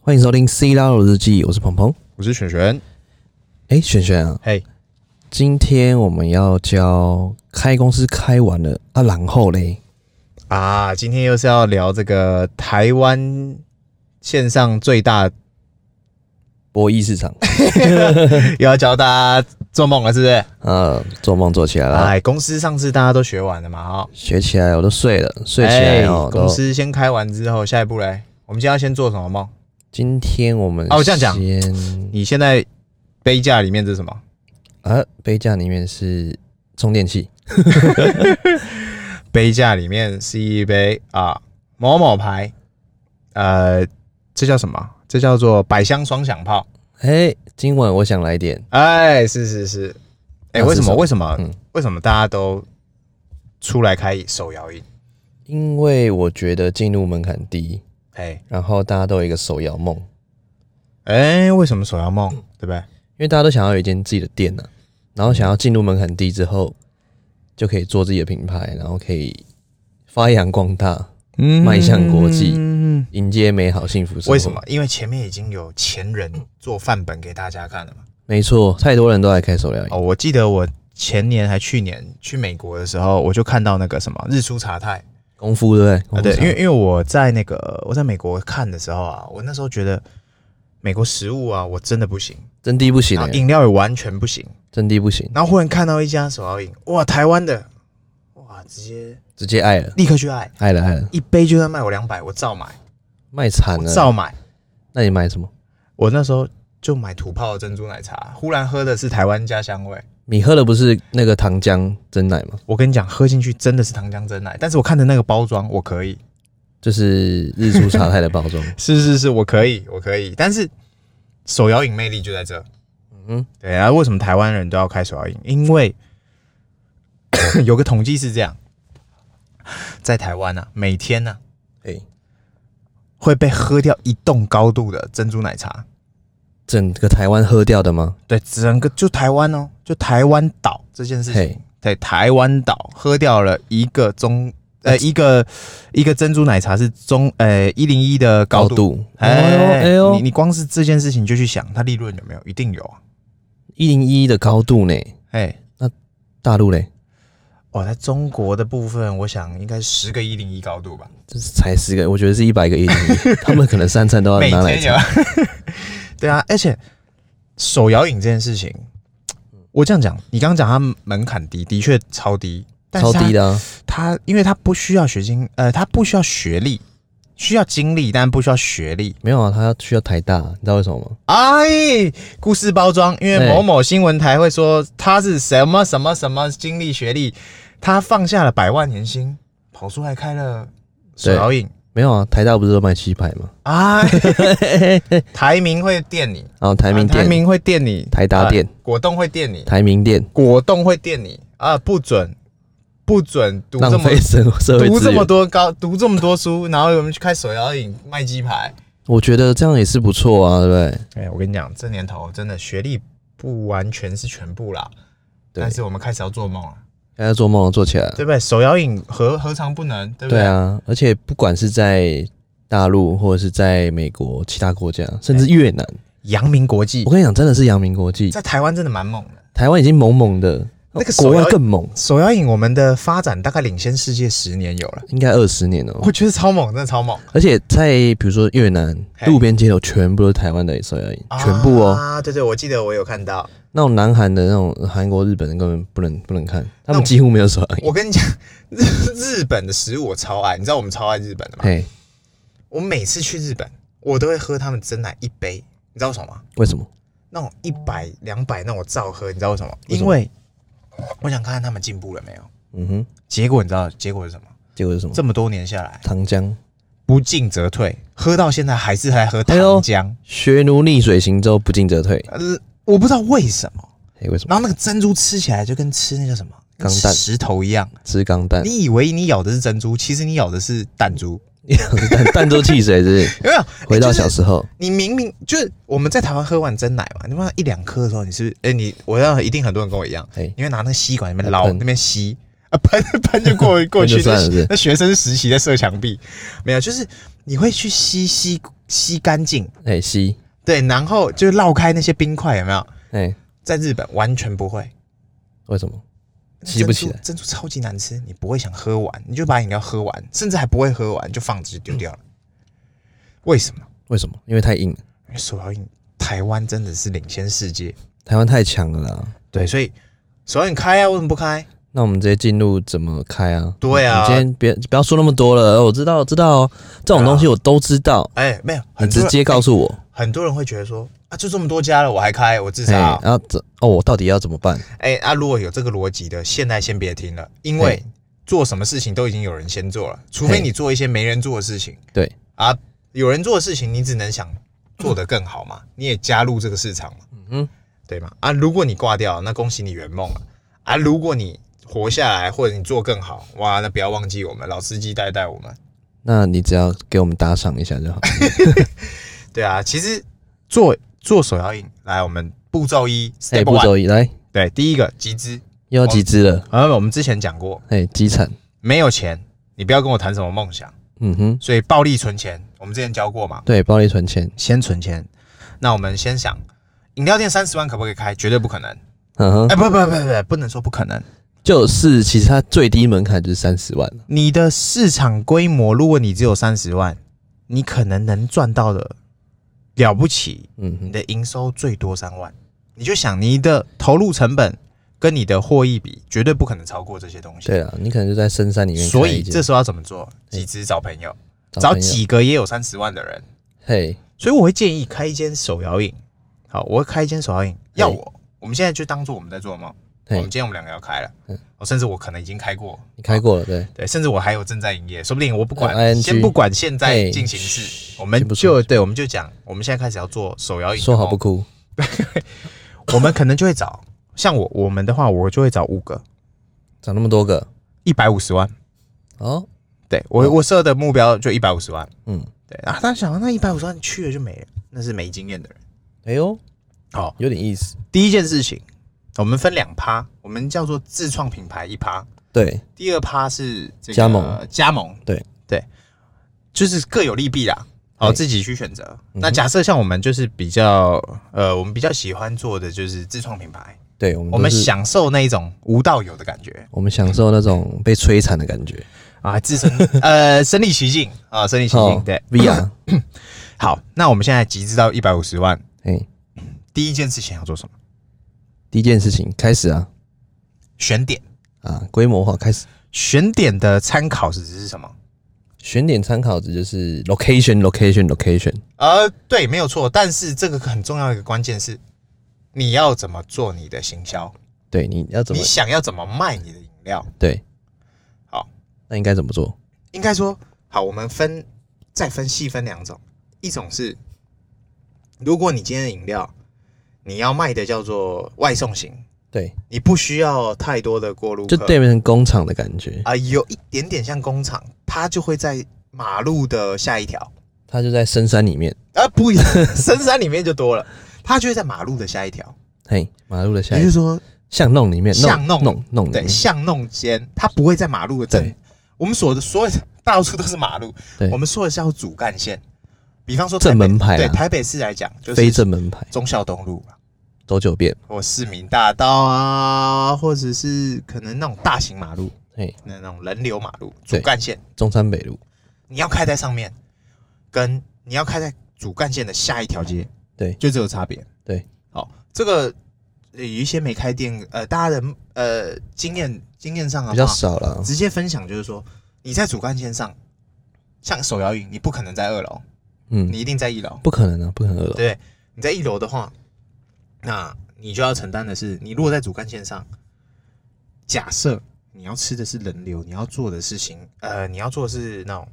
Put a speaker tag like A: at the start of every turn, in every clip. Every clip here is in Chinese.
A: 欢迎收听《C 大佬日记》，我是鹏鹏。
B: 我是璇璇。
A: 哎，璇璇啊，
B: 嘿，
A: 今天我们要教开公司开完了啊，然后嘞，
B: 啊，今天又是要聊这个台湾线上最大，
A: 博弈市场，
B: 又要教大家做梦了，是不是？
A: 啊，做梦做起来了，
B: 哎，公司上次大家都学完了嘛，哦，
A: 学起来我都睡了，睡起来哦
B: 哎。
A: 都
B: 公司先开完之后，下一步嘞，我们今天要先做什么梦？
A: 今天我们
B: 哦这样讲
A: 先
B: 你现在杯架里面这是什么？
A: 啊，杯架里面是充电器，
B: 杯架里面是一杯啊某某牌，呃，这叫什么？这叫做百香双响炮。
A: 哎，今晚我想来点，
B: 哎，是是是，哎、
A: 那是
B: 为什
A: 什
B: 么？
A: 么
B: 为什么？
A: 嗯
B: 为什么大家都出来开手摇饮？
A: 因为我觉得进入门槛低，
B: 哎、
A: 然后大家都有一个手摇梦，
B: 哎、为什么手摇梦？对不对？
A: 因为大家都想要有一间自己的店呢、然后想要进入门槛低之后，就可以做自己的品牌，然后可以发扬光大，
B: 嗯
A: 迈向国际
B: 嗯，
A: 迎接美好幸福生活。
B: 为什么？？因为前面已经有前人做范本给大家看了嘛。
A: 没错，太多人都来开手摇饮。
B: 哦，我记得我前年还去年去美国的时候，我就看到那个什么日出茶太。
A: 功夫对不对？
B: 啊，对，因
A: 功夫
B: 为因为我在那个我在美国看的时候啊，我那时候觉得美国食物啊，我真的不行，
A: 真滴不行、
B: 然后
A: 欸，
B: 饮料也完全不行。
A: 真滴不行，
B: 然后忽然看到一家手摇饮，哇，台湾的，哇，直接
A: 直接爱了，
B: 立刻去爱，
A: 爱了，爱了，
B: 一杯就算卖我两百，我照买，
A: 卖惨
B: 我
A: 了。
B: 照买。
A: 那你买什么？
B: 我那时候就买土泡的珍珠奶茶，忽然喝的是台湾家乡味。
A: 你喝的不是那个糖浆真奶吗？
B: 我跟你讲，喝进去真的是糖浆真奶，但是我看着那个包装，我可以，
A: 就是日出茶太的包 装。
B: 是是是，我可以，我可以。但是手摇饮魅力就在这，
A: 嗯，
B: 对啊，为什么台湾人都要开手摇饮？因为 有个统计是这样，在台湾啊，每天呢、啊，
A: 哎、
B: 会被喝掉一栋高度的珍珠奶茶。
A: 整个台湾喝掉的吗？
B: 对，整个就台湾哦，就台湾岛这件事
A: 嘿
B: 情，对，台湾岛喝掉了一个中呃一个一个珍珠奶茶是中呃一零一的高度。
A: 度？
B: 哎
A: 哎呦哎呦
B: 你，你光是这件事情就去想它利润有没有？一定有啊！
A: 一零一的高度呢？
B: 哎，
A: 大陆嘞？
B: 哇，在中国的部分，我想应该十个一零一高度吧，
A: 这是才十个，我觉得是一百个 一零一，他们可能三餐都要
B: 每
A: 哦拿奶
B: 天有
A: 茶。。
B: 对啊，而且手摇饮这件事情，我这样讲，你刚刚讲它门槛低，的确超低，但
A: 超
B: 是它
A: 低的、啊，
B: 他因为他不需要学经，呃，他不需要学历，需要经历，但不需要学历。
A: 没有啊，他需要台大，你知道为什么吗？
B: 哎，故事包装，因为
A: 对
B: 某某新闻台会说他是什么什么什么经历学历，他放下了百万年薪，跑出来开了手摇饮。
A: 没有啊，台大不是都卖鸡排吗？
B: 哎，台明会电你，
A: 然后台明
B: 啊台
A: 店、
B: 明会电你，
A: 台达店
B: 啊果冻会电你，
A: 台明店
B: 果冻会电你啊！不准，不准读这
A: 浪
B: 么
A: 费社社会
B: 读
A: 资
B: 这么
A: 源，
B: 多高，读这么多书，然后我们去开手摇饮卖鸡排。
A: 我觉得这样也是不错啊，对不对？
B: 哎、我跟你讲，这年头真的学历不完全是全部啦，
A: 对嗯
B: 但是我们开始要做梦了，
A: 大家做梦都做起来了，
B: 对不对？手摇饮何何尝不能，对不
A: 对啊，而且不管是在大陆或者是在美国其他国家，甚至越南，
B: 阳明国际
A: 我跟你讲，真的是阳明国际，
B: 在台湾真的蛮猛的，
A: 台湾已经猛猛的，
B: 那个手
A: 国外
B: 摇
A: 更猛，
B: 手摇饮我们的发展大概领先世界十年有了，
A: 应该二十年了、
B: 我觉得超猛，真的超猛，
A: 而且在比如说越南
B: 嘿
A: 路边街头，全部都是台湾的手摇饮，全部哦。
B: 啊，对对，我记得我有看到，
A: 那种南韩的那种韩国、日本的根本不能不能看，他
B: 那
A: 们
B: 我
A: 几乎没有手摇饮。
B: 我跟你讲， 日日本的食物我超爱，你知道我们超爱日本的吗？
A: 嘿，
B: 我每次去日本，我都会喝他们真奶一杯，你知道为什么吗？
A: 为什么？
B: 那种一百、两百，那我照喝，你知道为什么？
A: 为什
B: 因
A: 么
B: 为我想看看他们进步了没有。
A: 嗯哼，
B: 结果你知道结果是什么？
A: 结果是什么？
B: 这么多年下来，
A: 糖浆，
B: 不进则退，喝到现在还是在喝
A: 哎
B: 糖
A: 呦
B: 浆。
A: 学奴逆水行舟，不进则退。
B: 呃，我不知道为什么。
A: 嘿，为什么？
B: 然后那个珍珠吃起来就跟吃那叫什么
A: 钢蛋
B: 石头一样，
A: 吃钢蛋，
B: 你以为你咬的是珍珠，其实你咬的是弹珠。
A: 蛋蛋粥汽水是不 是？
B: 有没有？哎
A: 回到
B: 时。
A: 小时候，
B: 你明明就是我们在台湾喝完真奶嘛，你妈一两颗的时候，你是不是哎、你我要一定很多人跟我一样，
A: 哎
B: 你会拿那个吸管那边捞
A: 喷
B: 那边吸啊， 喷喷 就过过去，
A: 就算了是
B: 那学生实习在射墙壁，没有，就是你会去吸吸吸干净，
A: 哎、吸，
B: 对，然后就绕开那些冰块，有没有？
A: 哎、
B: 在日本完全不会，
A: 为什么吸不起来
B: 珍珠，珍珠超级难吃，你不会想喝完，你就把饮料喝完，甚至还不会喝完就放着就丢掉了。
A: 嗯
B: 为什么？
A: 为什么？因为太硬了，
B: 因为手摇饮台湾真的是领先世界，
A: 台湾太强了啦。
B: 对，所以手摇饮开啊，为什么不开？
A: 那我们直接进入怎么开啊？
B: 对啊
A: 你今天别不要说那么多了，我知道，我知道、哦，这种东西我都知道，
B: 哎、没有，
A: 你
B: 很多
A: 直
B: 人
A: 接告诉我，
B: 很多人会觉得说啊，就这么多家了，我还开，我自
A: 哎、
B: 杀啊、
A: 然后这哦，我到底要怎么办？
B: 哎、啊，如果有这个逻辑的，现在先别听了，因为
A: 嘿
B: 做什么事情都已经有人先做了，除非
A: 嘿
B: 你做一些没人做的事情
A: 对，
B: 啊，有人做的事情，你只能想做得更好
A: 嗯
B: 嘛，你也加入这个市场嘛，嗯
A: 哼
B: 对吗？啊，如果你挂掉，那恭喜你圆梦了啊，如果你活下来或者你做更好，哇，那不要忘记我们老司机带带我们，
A: 那你只要给我们打赏一下 就好。
B: 对啊，其实做做手摇饮，来，我们步骤一
A: 哎、
B: ，step
A: 步
B: one，
A: 骤一来，
B: 对，第一个集资，
A: 又要集资了，
B: 啊，我们之前讲过，
A: 哎、集产，
B: 没有钱，你不要跟我谈什么梦想。
A: 嗯哼，
B: 所以暴力存钱，我们之前教过嘛，
A: 对，暴力存钱，
B: 先存钱。那我们先想，饮料店三十万可不可以开？绝对不可能。
A: 嗯哼，
B: 哎、不不不不不，不能说不可能。
A: 就是其实它最低门槛就是三十万了，
B: 你的市场规模，如果你只有三十万，你可能能赚到的了不起，
A: 嗯
B: 你
A: 哼，
B: 的营收最多三万。你就想你的投入成本跟你的获益比，绝对不可能超过这些东西。
A: 对啊了，你可能就在深山里面开一间，
B: 所以这时候要怎么做？集资找朋友，找
A: 朋友，
B: 几个也有三十万的人。
A: 嘿，
B: 所以我会建议开一间手摇饮。好，我会开一间手摇饮。要我，我们现在就当做我们在做梦。我
A: 嘿
B: 们今，天我们两个要开了
A: 嗯，
B: 哦，甚至我可能已经开过，
A: 你开过了，对，
B: 对，甚至我还有正在营业，说不定我不管，
A: 哦，ING
B: 先不管现在
A: 嘿
B: 进行式，我
A: 先
B: 们
A: 哎不
B: 就
A: 说
B: 对，我们就讲，我们现在开始要做手摇饮。
A: 说好不，哭，
B: 我们可能就会找，像我我们的话，我就会找五个，
A: 涨那么多个，
B: 一百五十万。
A: 哦，
B: 对我我设的目标就一百五十万。
A: 嗯，
B: 对啊，他想那一百五十万去了就没了，那是没经验的人。
A: 哎呦，
B: 好，
A: 有点意思，
B: 第一件事情，我们分两趴，我们叫做自创品牌一趴，
A: 对，
B: 第二趴是、这个
A: 加盟，
B: 加盟，
A: 对
B: 对，就是各有利弊啦。好，
A: 对嗯
B: 自己去选择。那假设像我们就是比较，呃，我们比较喜欢做的就是自创品牌，
A: 对，我们
B: 我
A: 我
B: 们享受那一种无到有的感觉
A: 我们享受那种被摧残的 感觉，
B: 啊，自身呃身临其境啊，身临其
A: 哦
B: 境。对，
A: ，VR，
B: 好，那我们现在集资到一百五十万，
A: 哎，
B: 第一件事情要做什么？
A: 第一件事情开始啊，
B: 选点，
A: 啊，规模化开始，
B: 选点的参考指是什么？
A: 选点参考值就是 location，location，location，
B: 呃，对，没有错。但是这个很重要的一个关键是，你要怎么做你的行销？
A: 对，你要怎
B: 你
A: 么，
B: 想要怎么卖你的饮料？
A: 对，
B: 好，
A: 那应该怎么做？
B: 应该说，好，我们分再分细分两种，一种是，如果你今天的饮料你要卖的叫做外送型，
A: 对，
B: 你不需要太多的过路
A: 就
B: 客，
A: 对面工厂的感觉，
B: 啊、有一点点像工厂，它就会在马路的下一条，
A: 它就在深山里面，
B: 啊、不一， 深山里面就多了，它就会在马路的下一条，
A: 嘿，马路的下
B: 也
A: 一
B: 就是说，
A: 巷弄里面，
B: 巷弄
A: 弄弄里
B: 对，
A: 面，
B: 巷弄间，它不会在马路的正
A: 对。
B: 我们所的所有的到处都是马路，
A: 对
B: 我们说的是叫主干线。比方说
A: 正
B: 台北
A: 门牌啊
B: 对台北市来讲，就
A: 非
B: 是
A: 正门牌，
B: 忠孝东路啊
A: 走九遍，
B: 或市民大道啊，或者是可能那种大型马路，
A: 嘿，
B: 那种人流马路主
A: 对
B: 干线，
A: 中山北路，
B: 你要开在上面，跟你要开在主干线的下一条街，
A: 对
B: 就这个差别。
A: 对，
B: 好，这个呃有一些没开店，呃，大家的呃经验经验上的话
A: 比较少了，
B: 直接分享就是说，你在主干线上，像手摇饮，你不可能在二楼，
A: 嗯，
B: 你一定在一楼。
A: 不可能啊，不可能二楼，
B: 对，你在一楼的话，那你就要承担的是，你如果在主干线上，假设你要吃的是人流，你要做的事情，呃，你要做的是那种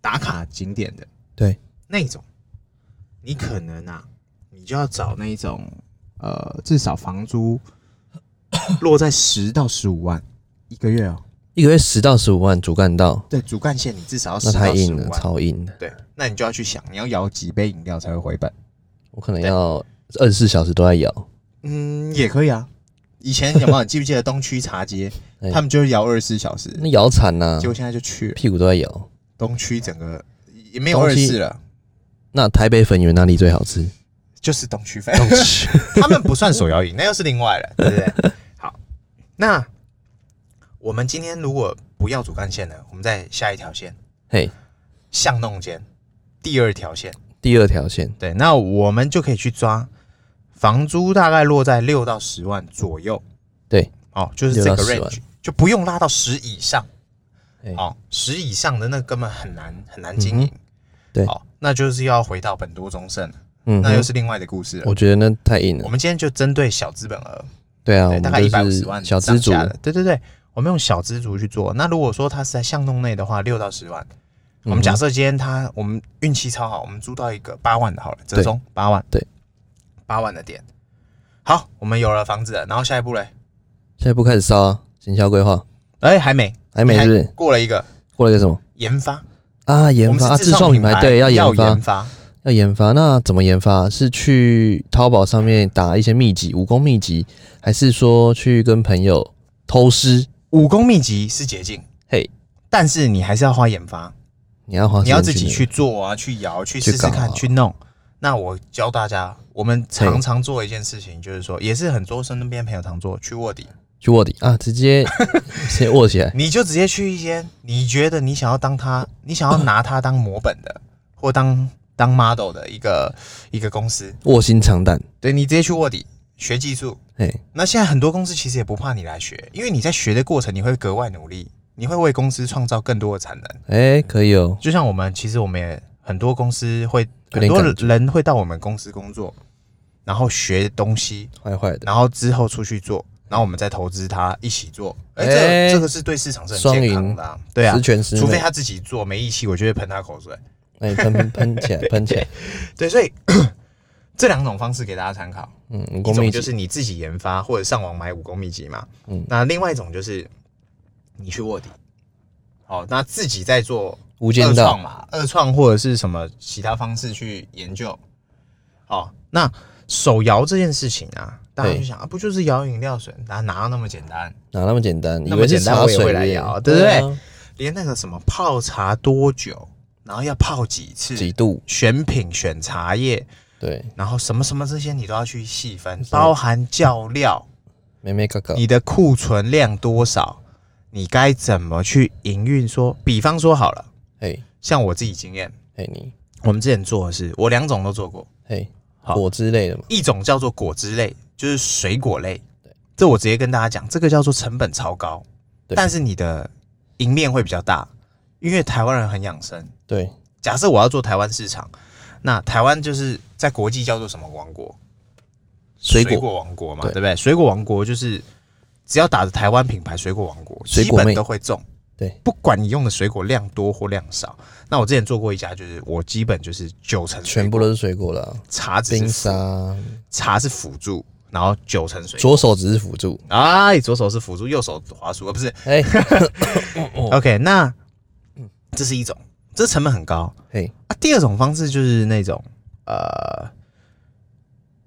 B: 打卡景点的
A: 对，
B: 那一种，你可能啊，你就要找那一种，呃，至少房租落在十到十五万一个月哦。
A: 一个月十到十五万主干道，
B: 对，主干线你至少要
A: 那
B: 哦十
A: 太
B: 到十
A: 硬
B: 五
A: 了，
B: 万。
A: 超硬的，
B: 对，那你就要去想，你要摇几杯饮料才会回本？
A: 我可能要二十四小时都在摇，
B: 嗯，也可以啊。以前有没有？你记不记得东区茶街？
A: 哎
B: 他们就是摇二十四小时，
A: 那摇惨呐
B: 结，果现在就去了
A: 屁股都在摇。
B: 东区，整个也没有
A: 东
B: 二十
A: 区
B: 四 了，
A: 那台北粉圆哪里最好吃？
B: 就是东区，反 正
A: 东区
B: 他们不算手摇椅，那又是另 外了，对不对？好，那我们今天如果不要主干线了，我们再下一条线，
A: 嘿，
B: 巷弄间第二条线。
A: 第二条线，
B: 对，那我们就可以去抓房租，大概落在六到十万左右。
A: 对，
B: 哦，就是这个
A: 6到
B: range，就不用拉到十以上。
A: 哎嗯
B: 哦，十以上的那根本很难很难经营。
A: 对
B: 好、那就是要回到本多终身了，
A: 嗯
B: 那
A: 哼，
B: 又是另外的故事了。
A: 我觉得那太硬
B: 我
A: 了。
B: 们今天就针对小资本额，
A: 对啊，我
B: 对，大概一百
A: 们
B: 五
A: 就是
B: 十万
A: 小资主
B: 上，下的，对对对，我们用小资族去做。那如果说它是在巷弄内的话，六到十万。
A: 嗯
B: 我们假设今天它我们运气超好，我们租到一个八万的，好了，折中八万，
A: 对，
B: 八万的店。好，我们有了房子了，然后下一步嘞？
A: 现在不开始烧啊，行销规划
B: 哎、还没，
A: 还没是不
B: 你
A: 是？
B: 过了一个
A: 过了一个什么
B: 研发，
A: 啊？研发
B: 我
A: 啊，
B: 们是
A: 自
B: 创
A: 创品牌对，
B: 要
A: 要研发
B: 研发，
A: 要研发，那怎么研发？是去淘宝上面打一些秘籍，武功秘籍，还是说去跟朋友偷师？
B: 武功秘籍是捷径，
A: 嘿，啊
B: 但是你还是要花研发，
A: 你要花时
B: 你
A: 间
B: 要自己去做啊，去摇，去试试
A: 去搞
B: 看，
A: 啊
B: 去弄。那我教大家，我们常常做一件事情，就是说，也是很多身边朋友常做，去卧底。
A: 去卧底啊，直接直接握起来。
B: 你就直接去一间你觉得你想要当他，你想要拿他当模本的，或当当 model 的一个一个公司，
A: 卧薪尝胆，
B: 对你直接去卧底学技术。
A: 哎，
B: 那现在很多公司其实也不怕你来学，因为你在学的过程你会格外努力，你会为公司创造更多的产能。
A: 哎，可以哦，
B: 就像我们，其实我们也很多公司会，
A: 有
B: 很
A: 点
B: 多
A: 感
B: 人会到我们公司工作，然后学东西，
A: 坏坏的，
B: 然后之后出去做，然后我们再投资它一起做。哎、这
A: 哎
B: 这个是对市场是很健康的、啊，对啊
A: 十。全十
B: 除非
A: 美，
B: 他自己做没义气，我就会喷他口水。
A: 哎，喷喷喷起来，喷起来，
B: 对，所以 这两种方式给大家参考。
A: 嗯，武
B: 一
A: 功
B: 种
A: 秘
B: 就
A: 籍，
B: 是你自己研发或者上网买武功秘籍嘛，
A: 嗯
B: 那另外一种就是你去卧底，哦，那自己在做
A: 无
B: 二
A: 间
B: 创
A: 道，
B: 嘛，二创或者是什么其他方式去研究。哦，那手摇这件事情啊，大家就
A: 对
B: 想啊，不就是摇饮料水，哪哪有那么简单？
A: 哪那么简单？以
B: 那么
A: 为是
B: 简单
A: 茶
B: 我也
A: 水
B: 会来
A: 而已
B: 摇对不对
A: 啊
B: 连那个什么泡茶多久，然后要泡几次，
A: 几度？
B: 选品、选茶叶，
A: 对，
B: 然后什么什么这些你都要去细分，包含叫料，
A: 妹妹哥哥，
B: 你的库存量多少，你该怎么去营运说？比方说好了，
A: 嘿，
B: 像我自己经验，
A: 嘿你，
B: 我们之前做的是，我两种都做过，
A: 嘿，
B: 好
A: 果之类的嘛，
B: 一种叫做果汁类，就是水果类，这我直接跟大家讲，这个叫做成本超高，
A: 对
B: 但是你的赢面会比较大，因为台湾人很养生。
A: 对，
B: 假设我要做台湾市场，那台湾就是在国际叫做什么王国？
A: 水
B: 水
A: 果
B: 果王国嘛，对
A: 对
B: 不对？水果王国就是只要打着台湾品牌水果王国，
A: 水
B: 基
A: 果妹
B: 本都会中。
A: 对，
B: 不管你用的水果量多或量少，那我之前做过一家，就是我基本就是九成水
A: 全部都是水果啦，
B: 茶只是
A: 冰
B: 辅
A: 沙，
B: 茶是辅助，然后九成水果。
A: 左手只是辅助，
B: 哎，左手是辅助，右手滑鼠，呃不是、
A: 哎，哦
B: o k 那这是一种，这成本很高
A: 嘿，
B: 啊。第二种方式就是那种呃，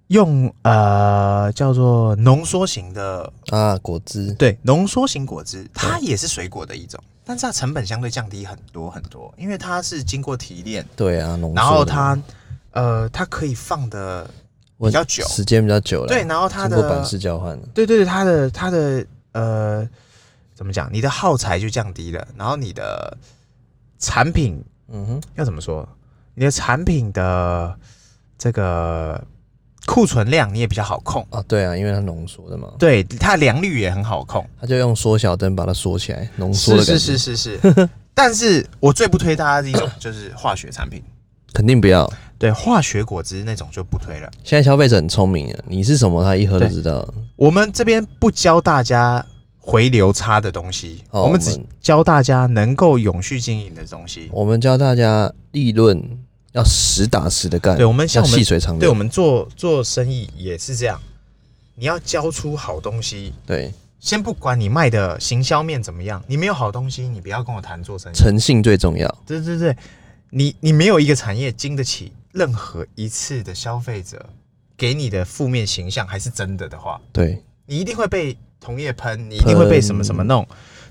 B: 用呃叫做浓缩型的
A: 啊，果汁，
B: 对，浓缩型果汁，它也是水果的一种，但是它成本相对降低很多很多，因为它是经过提炼，
A: 对啊，浓缩的
B: 然后它呃，它可以放的，
A: 温
B: 比较久
A: 时间比较久了，
B: 对，，然后它
A: 经过
B: 的
A: 版，式交换了，
B: 对对对，它的它的呃，怎么讲？你的耗材就降低了，然后你的产品
A: 嗯哼，
B: 要怎么说？你的产品的这个库存量你也比较好控，
A: 啊，对啊，因为它浓缩的嘛，
B: 对，它的良率也很好控。
A: 它就用缩小灯把它缩起来，浓缩的感觉，
B: 是是是是是。 但是我最不推大家的一种就是化学产品，
A: 肯定不要。
B: 对化学果汁那种就不推了。
A: 现在消费者很聪明啊，你是什么，他一喝就知道。
B: 我们这边不教大家回流差的东西，
A: 哦
B: 我们
A: 我
B: 只
A: 们
B: 教大家能够永续经营的东西。
A: 我们教大家利润要实打实的干，
B: 对我们像
A: 要
B: 我们
A: 细水长
B: 对我
A: 流，
B: 们做做生意也是这样，你要教出好东西。
A: 对，
B: 先不管你卖的行销面怎么样，你没有好东西，你不要跟我谈做生意。
A: 诚信最重要。
B: 对对对，你你没有一个产业经得起任何一次的消费者给你的负面形象还是真的的话，
A: 对，
B: 你一定会被同业喷，你一定会被什么什么弄。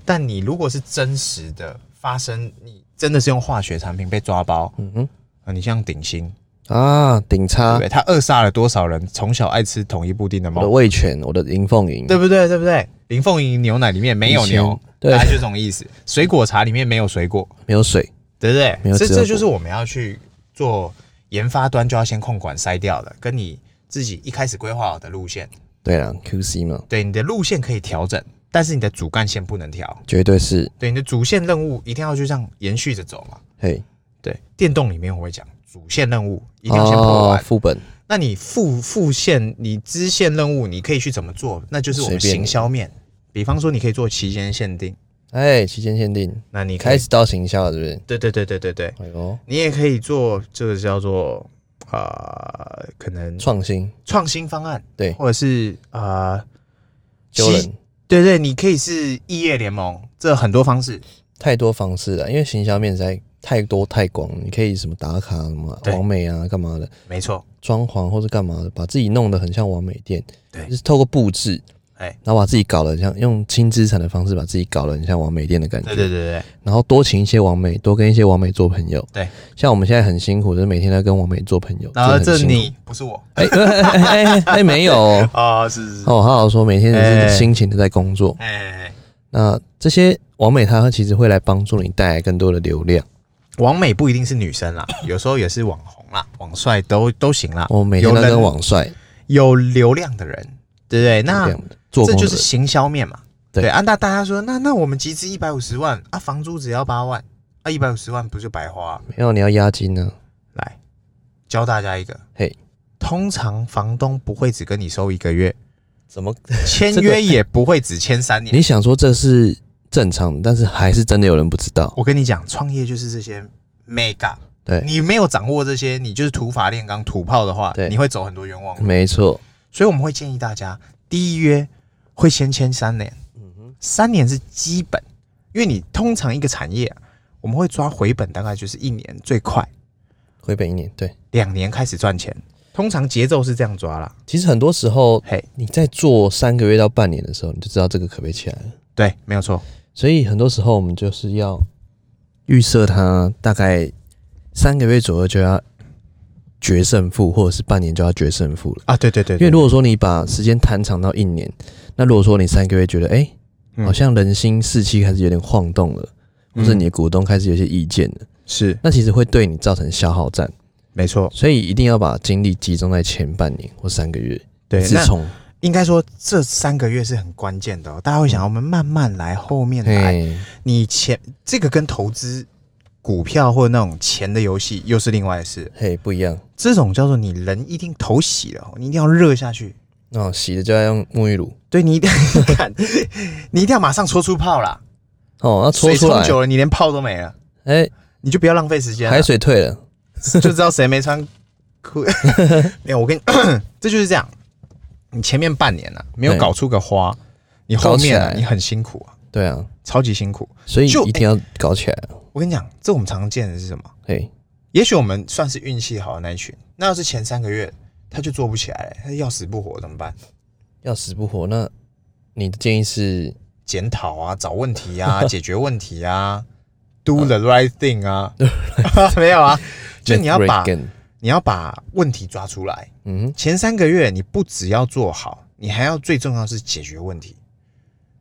B: 但你如果是真实的发生，你真的是用化学产品被抓包，
A: 嗯哼，
B: 啊，你像顶新，
A: 啊，顶
B: 对不
A: 叉，
B: 对？他扼杀了多少人从小爱吃同一布丁的
A: 我的
B: 猫，
A: 味全，我的银凤银，
B: 对不对？对不对？林凤营牛奶里面没有牛，
A: 以前对
B: 大概就这种意思。水果茶里面没有水果，
A: 没有水，
B: 对不
A: 没有
B: 对？这
A: 自由
B: 这就
A: 果
B: 是我们要去做研发端就要先控管筛掉的，跟你自己一开始规划好的路线，
A: 对啊，QC 嘛，
B: 对你的路线可以调整，但是你的主干线不能调，
A: 绝对是，
B: 对你的主线任务一定要去这样延续着走嘛。
A: 嘿，
B: 对，电动里面我会讲主线任务一定要先破
A: 哦，
B: 完，
A: 副本，
B: 那你副副线你支线任务你可以去怎么做？那就是我们
A: 随便
B: 行销面，比方说你可以做期间限定，
A: 哎，期间限定，
B: 那你
A: 你
B: 可
A: 开
B: 以，
A: 始到行销了，是不是？
B: 对对对对对对，
A: 哎呦，
B: 你也可以做这个叫做啊、呃可能
A: 创新，
B: 创新方案，
A: 对
B: 或者是啊，
A: 揪
B: 其
A: 人，
B: 对对，你可以是异业联盟，这很多方式，
A: 太多方式了，因为行销面实在太多太广，你可以什么打卡什么
B: 对
A: 完美啊，干嘛的，
B: 没错，
A: 装潢或是干嘛的，把自己弄得很像完美店，
B: 对
A: 就是透过布置，
B: 哎，
A: 然后把自己搞得很像用轻资产的方式把自己搞得很像完美店的感觉，
B: 对对对
A: 然后多请一些完美，多跟一些完美做朋友，
B: 对，
A: 像我们现在很辛苦，就是每天在跟完美做朋友，
B: 然后
A: 真的
B: 这
A: 很辛苦
B: 你不是我
A: 哎哎哎哎哎没有哦，
B: 啊，是是是，
A: 哦，好好说，每天只
B: 哎
A: 是辛勤的在工作，
B: 哎哎，哎
A: 那这些完美它其实会来帮助你带来更多的流量。
B: 网美不一定是女 生啦，有时候也是网红啦，网帅都都行啦。
A: 我哦每天都
B: 有
A: 跟
B: 人
A: 网帅
B: 有流量的人，对不对？
A: 这
B: 那
A: 样的做
B: 这
A: 工的
B: 就是
A: 人，
B: 行销面嘛。
A: 对
B: 对啊，那大家说，那那我们集资一百五十万啊，房租只要八万啊，一百五十万不就白花、啊
A: 没有你要押金呢、
B: 来教大家一个，
A: 嘿，
B: 通常房东不会只跟你收一 个月，
A: 怎么？
B: 签
A: 这个
B: 约也不会只签三年。
A: 你想说这是正常的，但是还是真的有人不知道。
B: 我跟你讲，创业就是这些 mega，
A: 对，
B: 你没有掌握这些，你就是土法炼钢、土炮的话
A: 对，
B: 你会走很多冤枉路。
A: 没错。
B: 所以我们会建议大家，第一约会先签三年，
A: 嗯哼，
B: 三年是基本，因为你通常一个产业、啊，我们会抓回本，大概就是一年最快，
A: 回本一年，对。
B: 两年开始赚钱，通常节奏是这样抓啦。
A: 其实很多时候
B: 嘿，
A: 你在做三个月到半年的时候，你就知道这个可不可以起来了。
B: 对，没有错，
A: 所以很多时候我们就是要预设它大概三个月左右就要决胜负，或者是半年就要决胜负了。
B: 啊，对对对
A: 因为如果说你把时间摊长到一年，那如果说你三个月觉得哎、诶
B: 嗯
A: 好像人心士气开始有点晃动了，或是你的股东开始有些意见了，
B: 是
A: 那其实会对你造成消耗战，
B: 没错，
A: 所以一定要把精力集中在前半年或三个月。
B: 对，
A: 自
B: 那
A: 从
B: 应该说这三个月是很关键的、哦，大家会想，我们慢慢来，后面来，
A: 嗯嘿，
B: 你钱这个跟投资股票或那种钱的游戏又是另外的事，
A: 嘿不一样
B: 这种叫做你人一定头洗了哦，你一定要热下去，
A: 哦，洗的就要用沐浴乳
B: 对你一定 看，你一定要马上搓出泡啦，
A: 哦，要搓
B: 水
A: 出
B: 冲
A: 来，
B: 久了啊你连泡都没了，
A: 哎、
B: 你就不要浪费时间了
A: 海，水退了，
B: 就知道谁没穿 裤。没有，我跟你， 这就是这样，你前面半年啊没有
A: 对
B: 搞出个花，你
A: 哎搞
B: 后
A: 起
B: 面、啊、
A: 来
B: 你很辛苦啊，
A: 对啊，
B: 超级辛苦。
A: 所以
B: 就
A: 一定要搞起来啊哎了。
B: 我跟你讲，这我们常见的是什么？
A: 嘿，
B: 也许我们算是运气好的那一群，那要是前三个月他就做不起来了，他要死不活怎么办？
A: 要死不活，那你的建议是
B: 检讨啊，找问题 啊，解决问题啊，do
A: 呃
B: the right thing 啊， 没有啊，就你要
A: Matt
B: 把
A: Reagan
B: 你要把问题抓出来。
A: 嗯哼，
B: 前三个月你不只要做好，你还要最重要是解决问题。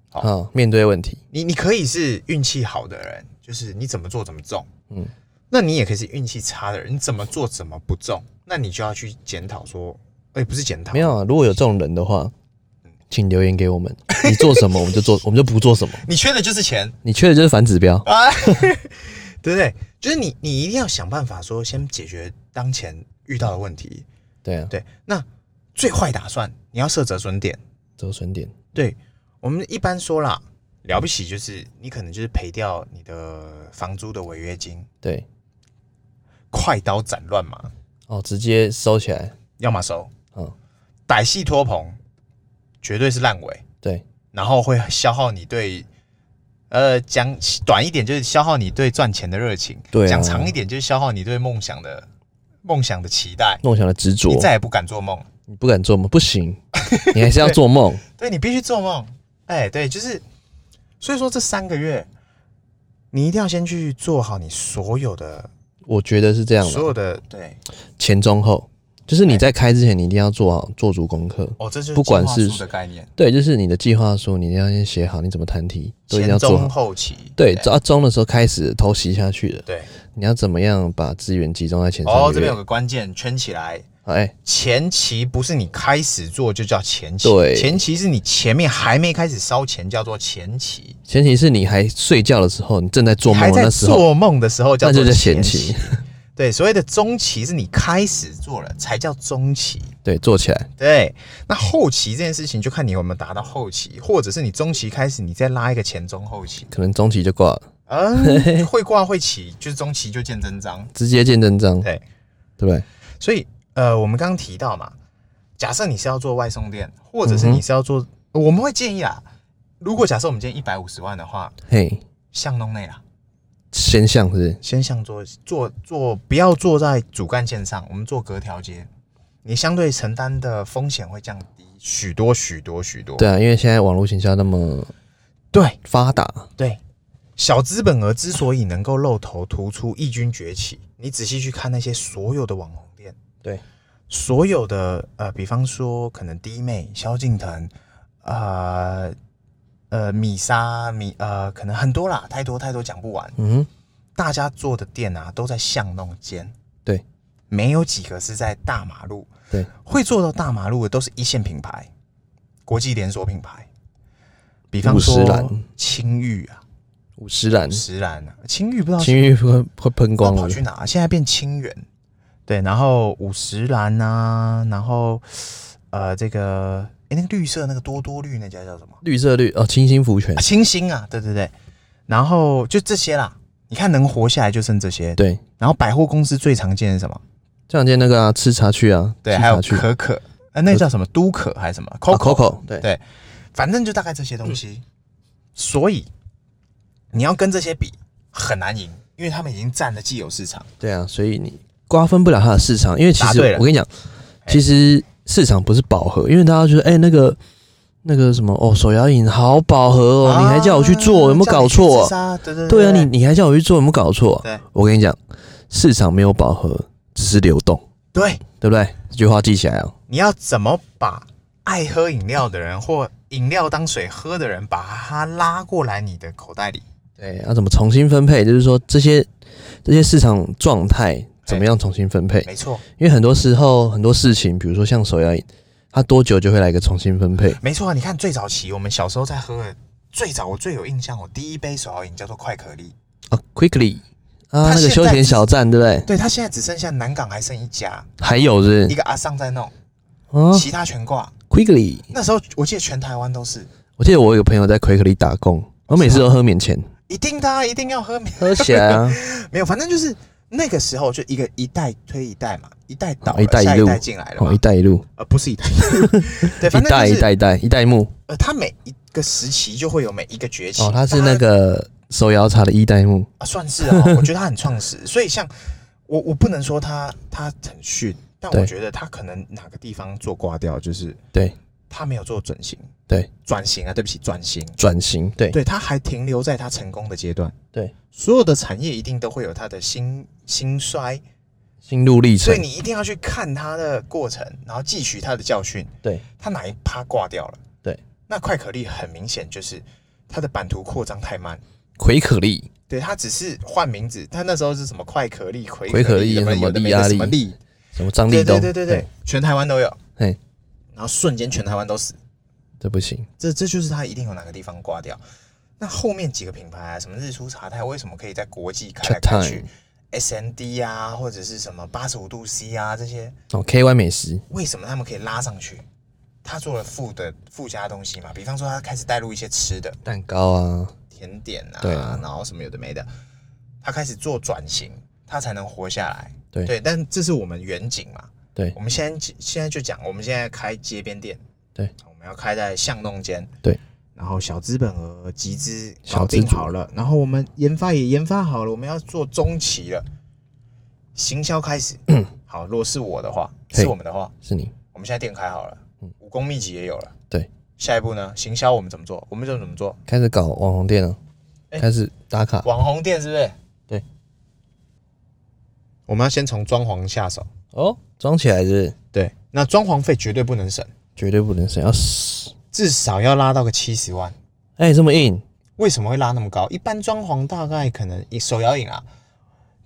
B: 好
A: 好，面对问题，
B: 你你可以是运气好的人，就是你怎么做怎么中，
A: 嗯
B: 嗯，那你也可以是运气差的人，你怎么做怎么不中，那你就要去检讨说，哎、不是检讨，
A: 没有、啊，如果有这种人的话，请留言给 我们，你做什么我们就做，我们就不做什么。
B: 你缺的就是钱
A: 你缺的就是反指标，
B: 啊，对不对？就是你你一定要想办法说，先解决当前遇到的问题，
A: 对啊，
B: 对，那最坏打算你要设折损点，
A: 折损点，
B: 对我们一般说啦。了不起就是你可能就是赔掉你的房租的违约金，
A: 对，
B: 快刀斩乱麻，
A: 哦，直接收起来，
B: 要么收，
A: 嗯，
B: 歹戏拖棚绝对是烂尾，
A: 对，
B: 然后会消耗你对，呃，讲短一点就是消耗你对赚钱的热情，
A: 对啊
B: 讲长一点就是消耗你对梦想的梦想的期待，
A: 梦想的执着
B: 你，再也不敢做梦，
A: 你不敢做梦，不行，你还是要做梦，
B: 对你必须做梦，哎，对，就是，所以说这三个月，你一定要先去做好你所有的、
A: 我觉得是这样
B: 所
A: 的，
B: 有的，对，
A: 前中后，就是你
B: 哎
A: 在开之前，你一定要做好做足功课。
B: 哦，这就是
A: 不管
B: 计划
A: 是
B: 书的概念，
A: 对，就是你的计划书，你一定要先写好，你怎么谈题都一定
B: 前
A: 要做
B: 中
A: 好。
B: 后期，
A: 对，只要中的时候开始偷袭下去了，
B: 对，
A: 你要怎么样把资源集中在前
B: 哦，
A: 三
B: 这
A: 个
B: 边
A: 月
B: 有？个关键圈起来，
A: 哎、
B: 前期不是你开始做就叫前期，
A: 对
B: 前期是你前面还没开始烧钱叫做前期，
A: 前提是你还睡觉的时候，你正在做
B: 你还
A: 梦的
B: 在
A: 那时候，
B: 做梦的时候叫
A: 那就
B: 做
A: 叫前
B: 期
A: 期。
B: 对，所谓的中期是你开始做了才叫中期。
A: 对，做起来。
B: 对，那后期这件事情就看你有没有达到后期，或者是你中期开始，你再拉一个前中后期，
A: 可能中期就挂了，
B: 嗯，会挂会起，就是中期就见真章。
A: 直接见真章，
B: 对，
A: 对不对？
B: 所以呃，我们刚刚提到嘛，假设你是要做外送店，或者是
A: 嗯哼
B: 你是要做，我们会建议啊，如果假设我们今天一百五十万的话，
A: 嘿，
B: 巷弄内啦，
A: 先像是不是
B: 先像做做做，不要坐在主干线上，我们做隔条街，你相对承担的风险会降低许多许多许多。
A: 对啊，因为现在网络行销那么
B: 对，
A: 发达，
B: 对，小资本额之所以能够露头突出、异军崛起，你仔细去看那些所有的网红店，
A: 对，
B: 所有的呃，比方说可能弟妹、萧敬腾，呃呃，米莎、米呃，可能很多啦，太多太多讲不完。
A: 嗯哼，
B: 大家做的店啊，都在巷弄间，
A: 对，
B: 没有几个是在大马路。
A: 对，
B: 会做到大马路的都是一线品牌，国际连锁品牌，比方
A: 五十
B: 说
A: 岚
B: 青玉啊。
A: 五十岚，
B: 石兰啊，青玉不知道
A: 情欲会会喷光
B: 跑
A: 了，
B: 去哪，现在变清源。对，然后五十兰啊，然后呃，这个哎、诶那个绿色那个多多绿那家叫什么？
A: 绿色绿哦，清新福泉
B: 啊，，清新啊，对对对。然后就这些啦，你看能活下来就剩这些。
A: 对，
B: 然后百货公司最常见是什么？
A: 这两天那个啊，吃茶去啊，
B: 对，
A: 吃
B: 还有
A: 茶去
B: 可可，呃，那个叫什么都可还是什么
A: 啊
B: Coco？、
A: Coco，对
B: 对，反正就大概这些东西。所以你要跟这些比很难赢，因为他们已经占了既有市场。
A: 对啊，所以你瓜分不了它的市场，因为其
B: 答
A: 实
B: 对了
A: 我跟你讲，
B: 哎
A: 其实市场不是饱和，因为大家觉得哎、那个那个什么哦，手摇饮好饱和哦，你还叫我去做，有没有搞错、啊？
B: 啊？对对
A: 对啊，你你还叫我去做，有没有搞错、
B: 对
A: 我跟你讲，市场没有饱和，只是流动，
B: 对，
A: 对不对？这句话记起来哦。
B: 你要怎么把爱喝饮料的人或饮料当水喝的人，把他拉过来你的口袋里？
A: 对，哎啊要怎么重新分配？就是说这些这些市场状态怎
B: 哎
A: 么样重新分配？
B: 没错，
A: 因为很多时候很多事情，比如说像手摇饮，它多久就会来一个重新分配？
B: 没错啊！你看最早期我们小时候在喝的，最早我最有印象，我第一杯手摇饮叫做快可丽，
A: 啊，Quickly 啊，
B: 它
A: 那个
B: 现
A: 休
B: 在
A: 闲
B: 只
A: 小站，对不对？
B: 对，它现在只剩下南港还剩一家，
A: 还有是不
B: 一
A: 是
B: 个阿尚在弄，
A: 啊
B: 其他全挂。
A: ，Quickly，
B: 那时候我记得全台湾都是
A: 我记得我有个朋友在 Quickly 打工，我每次都喝免钱，
B: 一定的、啊，一定要喝免
A: 喝起来啊，
B: 没有，反正就是那个时候就一个一代推一代嘛，一代倒了，
A: 哦一代
B: 下
A: 一
B: 一
A: 路
B: 代进来了嘛，
A: 哦，一带一路，
B: 呃不是一代， 对，
A: 一
B: 反正
A: 代
B: 就
A: 一
B: 是
A: 代一代一代目，
B: 呃，它每一个时期就会有每一个崛起。
A: 哦，他是
B: 但
A: 那个手摇茶的一代目，
B: 啊算 是哦，我觉得它很创始，所以像我我不能说它它很逊，但我
A: 对
B: 觉得它可能哪个地方做挂掉，就是
A: 对
B: 它没有做转型，
A: 对，
B: 转型啊，对不起，转型，
A: 转型，对
B: 对，它还停留在它成功的阶段。
A: 对，
B: 所有的产业一定都会有它的兴兴衰，
A: 心路历
B: 所
A: 程
B: 以，你一定要去看它的过程，然后汲取它的教训。
A: 对
B: 它哪一趴挂掉了？
A: 对，
B: 那快可力很明显就是它的版图扩张太慢。
A: 奎可力，
B: 对，它只是换名字，它那时候是什么快可力、奎
A: 奎可力
B: 什么
A: 什么
B: 有的
A: 利
B: 没的
A: 亚
B: 什么
A: 利
B: 力，
A: 什么张
B: 对
A: 立
B: 对
A: 东，
B: 对对对，，全台湾都有。
A: 嘿，
B: 然后瞬间全台湾都死，
A: 这不行，
B: 这这就是它一定有哪个地方挂掉。那后面几个品牌啊，什么日出茶太，为什么可以在国际开来开去
A: Chatime
B: ？S N D 啊，或者是什么八十五度 C 啊，这些
A: 哦，KY 美食，
B: 为什么他们可以拉上去？他做了附的附加东西嘛，比方说他开始带入一些吃的
A: 蛋糕啊，
B: 甜点啊，
A: 对啊
B: 然后什么有的没的，他开始做转型，他才能活下来。
A: 对
B: 但这是我们远景嘛。
A: 对
B: 我们现在现在就讲，我们现在开街边店，
A: 对，
B: 我们要开在巷弄间，
A: 对，
B: 然后小资本额集资
A: 小
B: 搞
A: 资
B: 定
A: 主
B: 好了，然后我们研发也研发好了，我们要做中期了，行销 开始。好，如果是我的话，
A: 嘿嗯
B: 是我们的话，
A: 是你，
B: 我们现在店开好了，武功秘籍也有了，
A: 对，
B: 下一步呢？行销我们怎么做？我们就怎么做？
A: 开始搞网红店了，
B: 哎
A: 开始打卡。
B: 网红店是不是？
A: 对，
B: 我们要先从装潢下手。
A: 哦，装起来是不是
B: 对，那装潢费绝对不能省，
A: 绝对不能省，要死！
B: 至少要拉到个七十万。
A: 哎、这么硬，
B: 为什么会拉那么高？一般装潢大概可能一手摇饮啊，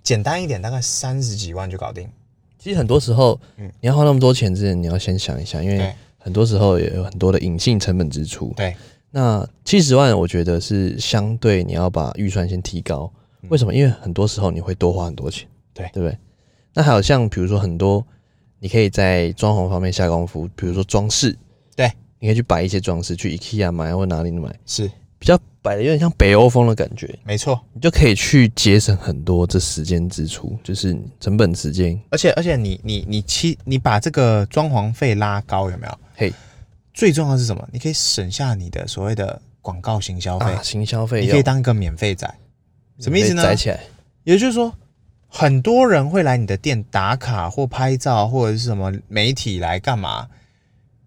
B: 简单一点大概三十几万就搞定。
A: 其实很多时候，你要花那么多钱之前，你要先想一下，因为
B: 嗯对
A: 很多时候也有很多的隐性成本支出。
B: 对，
A: 那七十万，我觉得是相对你要把预算先提高。为什么？因为很多时候你会多花很多钱，
B: 嗯对
A: 对不对？那还有像比如说很多，你可以在装潢方面下功夫，比如说装饰，
B: 对，
A: 你可以去摆一些装饰，去 IKEA 买或哪里买，
B: 是
A: 比较摆的有点像北欧风的感觉，
B: 没错。
A: 你就可以去节省很多这时间支出，就是成本时间。
B: 而且而且你你你七你把这个装潢费拉高有没有？
A: 嘿，
B: 最重要的是什么？你可以省下你的所谓的广告型消费，
A: 啊，行消费
B: 你可以当一个免费仔。什么意思呢？
A: 宅起来，
B: 也就是说，很多人会来你的店打卡或拍照，或者是什么媒体来干嘛，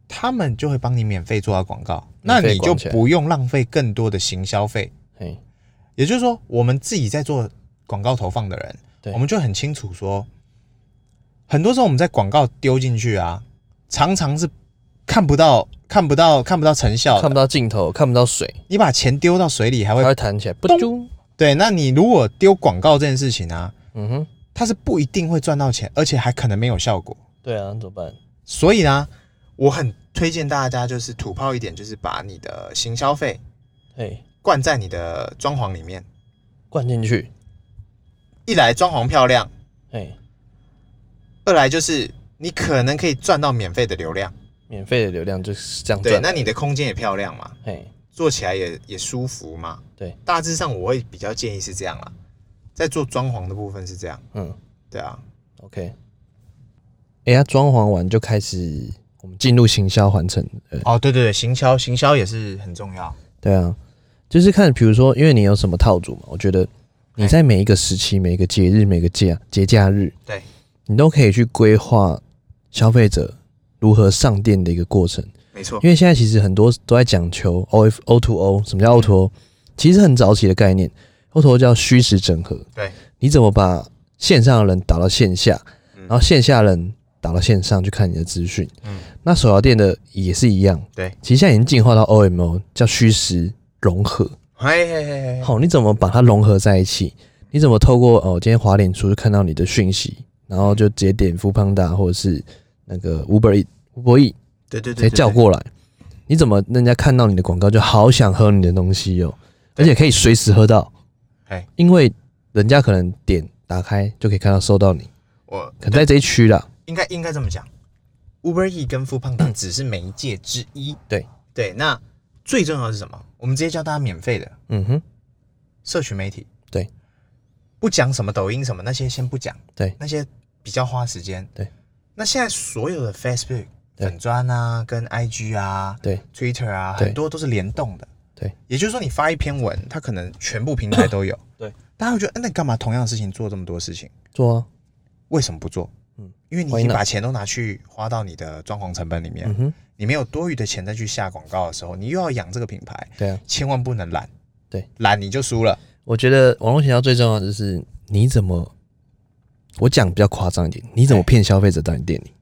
B: 他们就会帮你免费做到广告，那
A: 免费
B: 你就
A: 逛起来
B: 不用浪费更多的行销费。
A: 嘿，
B: 也就是说，我们自己在做广告投放的人，
A: 对
B: 我们就很清楚说，很多时候我们在广告丢进去啊，常常是看不到、看不到、看不到成效
A: 看不
B: 的。
A: 到尽头，看不到水，
B: 你把钱丢到水里，还
A: 它
B: 会
A: 会弹起来，不
B: 咚
A: 啾，
B: 对。那你如果丢广告这件事情啊，
A: 嗯哼，
B: 它是不一定会赚到钱，而且还可能没有效果。
A: 对啊，那怎么办？
B: 所以呢，我很推荐大家就是土炮一点，就是把你的行销费
A: 嘿，
B: 灌在你的装潢里面。
A: 灌进去，
B: 一来装潢漂亮，
A: 嘿，
B: 二来就是你可能可以赚到免费的流量，
A: 免费的流量就是这样嗯
B: 对，
A: 赚，
B: 那你的空间也漂亮嘛，
A: 嘿，
B: 做起来也也舒服嘛。
A: 对，
B: 大致上我会比较建议是这样啦，在做装潢的部分是这样，
A: 嗯
B: 对啊，
A: ，OK。哎、呀，装潢完就开始，我们进入行销环程，呃，
B: 哦，对对对，行销行销也是很重要，
A: 对啊，就是看，比如说，因为你有什么套组嘛，我觉得
B: 哎
A: 你在每一个时期、每一个节日、每个假节假日，
B: 对，
A: 你都可以去规划消费者如何上店的一个过程。
B: 没错，
A: 因为现在其实很多都在讲求 O F O to O，什么叫
B: 嗯
A: O to O？其实很早期的概念，O to O 叫虚实整合。
B: 对，
A: 你怎么把线上的人打到线下，
B: 嗯
A: 然后线下人打到线上去看你的资讯？
B: 嗯，
A: 那手摇店的也是一样。
B: 对，
A: 其实现在已经进化到 O M O，叫虚实融合。
B: 嘿嘿嘿嘿，
A: 好，你怎么把它融合在一起？你怎么透过哦，今天滑脸书就看到你的讯息，然后就直接点 f o o Panda 或者是那个 Uber E Uber E
B: 对对
A: 直接
B: 对
A: 叫，过来。你怎么让人家看到你的广告就好想喝你的东西哦？而且可以随时喝到
B: 哎，
A: 因为人家可能点打开就可以看到收到你，
B: 我
A: 可能在这一区啦。
B: 应该应该这么讲，Uber E 跟 f o o Panda 只是媒介之一。
A: 嗯对
B: 对，那最重要的是什么？我们直接教大家免费的
A: 嗯哼，
B: 社群媒体。
A: 对，
B: 不讲什么抖音什么那些先不讲，
A: 对
B: 那些比较花时间。
A: 对，
B: 那现在所有的 Facebook
A: 对
B: 粉砖啊、跟 IG 啊、
A: 对
B: Twitter 啊，
A: 对
B: 很多都是联动的。
A: 对，
B: 也就是说你发一篇文，它可能全部平台都有。
A: 对，
B: 大家会觉得，嗯那你干嘛同样的事情做这么多事情？
A: 做啊，
B: 为什么不做？
A: 嗯
B: 因为你已
A: Why
B: 经
A: not？
B: 把钱都拿去花到你的装潢成本里面，
A: 嗯哼，
B: 你没有多余的钱再去下广告的时候，你又要养这个品牌，
A: 对啊。
B: 千万不能懒。
A: 对，
B: 懒你就输了。
A: 我觉得网络行销最重要的就是你怎么，我讲比较夸张一点，你怎么骗消费者到你店里？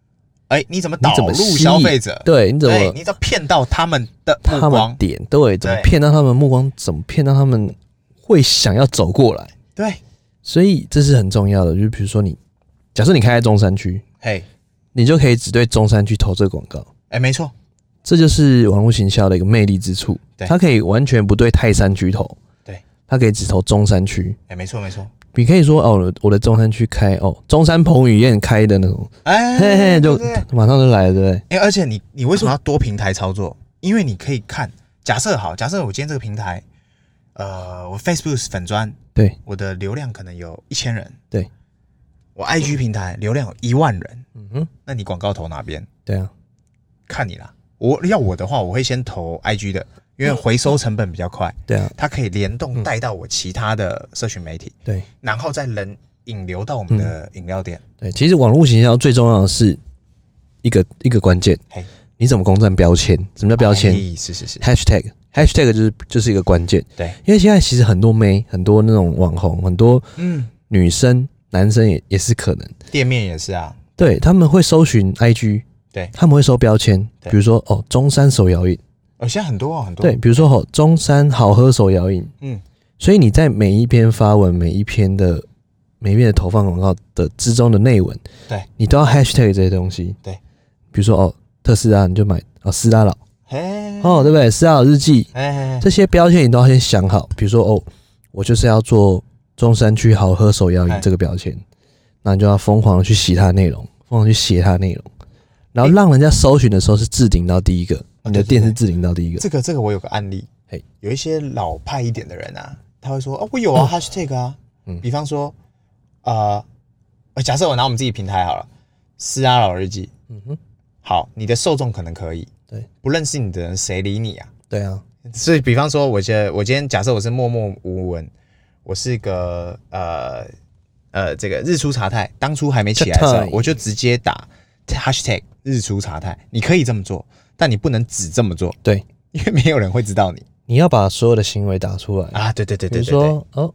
B: 哎、你怎么
A: 你
B: 导
A: 怎么
B: 入
A: 吸
B: 消
A: 引
B: 费者？
A: 对，你怎
B: 对，
A: 么
B: 你只要骗到他们的目
A: 他们
B: 光。
A: 点对，怎么
B: 对
A: 骗到他们目光，怎么骗到他们会想要走过来？
B: 对，
A: 所以这是很重要的。就是比如说你，假设你开在中山区，
B: 嘿，
A: 你就可以只对中山区投这个广告，
B: 哎，没错，
A: 这就是网络行销的一个魅力之处。
B: 对
A: 它可以完全不对泰山区投，
B: 对，
A: 它可以只投中山区。
B: 哎，没错，没错。
A: 你可以说哦，我的中山区开哦，中山彭于晏开的那种，
B: 哎，
A: 嘿嘿，就
B: 对对对
A: 马上就来了，对不对？
B: 哎，而且你你为什么要多平台操作？因为你可以看，假设好，假设我今天这个平台，呃，我 Facebook 粉砖，
A: 对，
B: 我的流量可能有一千人，
A: 对，
B: 我 IG 平台流量有一万人，
A: 嗯哼，
B: 那你广告投哪边？
A: 对啊，
B: 看你啦。我要我的话，我会先投 IG 的，因为回收成本比较快，
A: 对啊，
B: 它可以联动带到我其他的社群媒体，
A: 对
B: 然后再人引流到我
A: 嗯
B: 们的饮料店。
A: 对。其实网络行销最重要的是一个一个关键
B: 嘿，
A: 你怎么攻占标签？什么叫标签、
B: 哎是是是，
A: h a s h t a g hashtag 就是就是一个关键。
B: 对，
A: 因为现在其实很多妹，很多那种网红，很多
B: 嗯，
A: 女生、男生也也是可能，
B: 店面也是啊，
A: 对他们会搜寻 IG，
B: 对
A: 他们会搜标签，
B: 对
A: 比如说哦中山手摇饮，
B: 哦，现在很多啊，很多，
A: 对，比如说哦中山好喝手摇饮，
B: 嗯，
A: 所以你在每一篇发文、每一篇的每一篇的投放广告的之中的内文，
B: 对
A: 你都要 hashtag 这些东西，
B: 对，
A: 比如说哦特斯拉你就买哦斯拉佬
B: 嘿，
A: 哦对不对？斯拉佬日记
B: 哎，哎，哎
A: 这些标签你都要先想好，比如说哦我就是要做中山区好喝手摇饮
B: 哎
A: 这个标签，那你就要疯狂的去洗它的内容，疯狂地去写它的内容。然后让人家搜寻的时候是置顶到第一个，你的
B: 哦对对
A: 店是
B: 对
A: 置顶到第一个，
B: 这个这个我有个案例，
A: 嘿
B: 有一些老派一点的人啊，他会说啊，我有啊、h a s h t a g 啊，
A: 嗯
B: 比方说，呃，呃假设我拿我们自己平台好了，私拉老日记，
A: 嗯哼，
B: 好，你的受众可能可以，
A: 对，
B: 不认识你的人谁理你啊？
A: 对啊，
B: 所以，比方说，我觉得我今天假设我是默默无闻，我是个呃呃这个日出茶太，当初还没起来
A: 茶
B: 的时候
A: 太，
B: 我就直接打 hashtag 日出茶太，你可以这么做，但你不能只这么做，
A: 对，
B: 因为没有人会知道你
A: 你要把所有的行为打出来，
B: 啊。对对对
A: 比
B: 对
A: 如
B: 对对，
A: 说哦，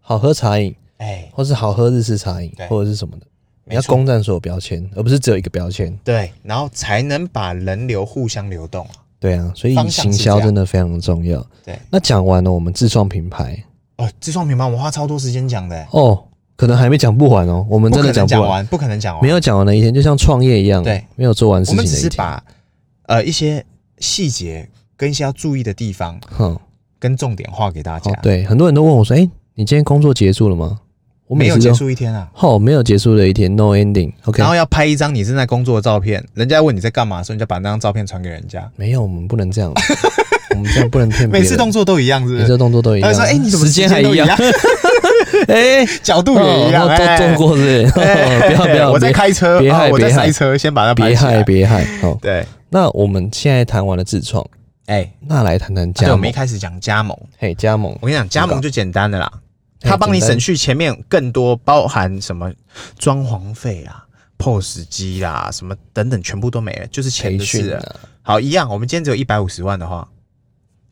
A: 好喝茶饮，
B: 哎，
A: 或是好喝日式茶饮
B: 对，
A: 或者是什么的，你
B: 嗯没
A: 要
B: 错
A: 攻占所有标签，而不是只有一个标签。
B: 对，然后才能把人流互相流动啊。
A: 对啊，所以
B: 方向
A: 行
B: 是
A: 销
B: 这样
A: 真的非常重要。
B: 对，
A: 那讲完了我们自创品牌
B: 哦，自创品牌我们花超多时间讲的、欸，
A: 哦，可能还没讲不完哦，我们
B: 不
A: 真
B: 可
A: 的讲
B: 能讲
A: 不完，
B: 完，不可能讲完
A: 没。有讲完的一天，就像创业一样，
B: 对，
A: 没有做完事
B: 我
A: 情的
B: 们
A: 一
B: 只
A: 天。
B: 是把呃一些细节跟一些要注意的地方
A: 哼，
B: 跟重点画给大家。
A: 哦，对，很多人都问我说，哎，你今天工作结束了吗？我
B: 没
A: 每
B: 有
A: 次
B: 结
A: 都
B: 束一天啊。
A: 哦，没有结束的一天，no ending。OK，
B: 然后要拍一张你正在工作的照片，人家问你在干嘛的时候，你就把那张照片传给人家。
A: 没有，我们不能这样， 我们这样不能骗别人。
B: 每次动作都一样，是不
A: 每次
B: 是？
A: 动作都一
B: 他
A: 样。
B: 就说：“哎、你怎么
A: 时间还
B: 都
A: 一
B: 一
A: 样？ 哎，
B: 角度也
A: 哦
B: 一样？”
A: 都
B: 哎
A: 动过是不是？
B: 哎
A: 不要不要，
B: 我在
A: 别
B: 开车，
A: 别害
B: 哦我在
A: 别害
B: 塞车，先把它拍
A: 别
B: 起来
A: 害别 害。好，
B: 对，
A: 那我们现在谈完了自创，
B: 哎、
A: 那来谈谈
B: 对，
A: 加
B: 我们一
A: 盟。
B: 开始讲加盟，
A: 嘿，加盟
B: 我跟你讲，加盟就简单的啦，
A: 哎
B: 他帮你
A: 简单
B: 省去前面更多包含什么装潢费啊、POS 机啦、什么等等，全部都没了，就是钱
A: 培
B: 的事
A: 训
B: 了。
A: 啊，
B: 好，一样，我们今天只有一百五十万的话，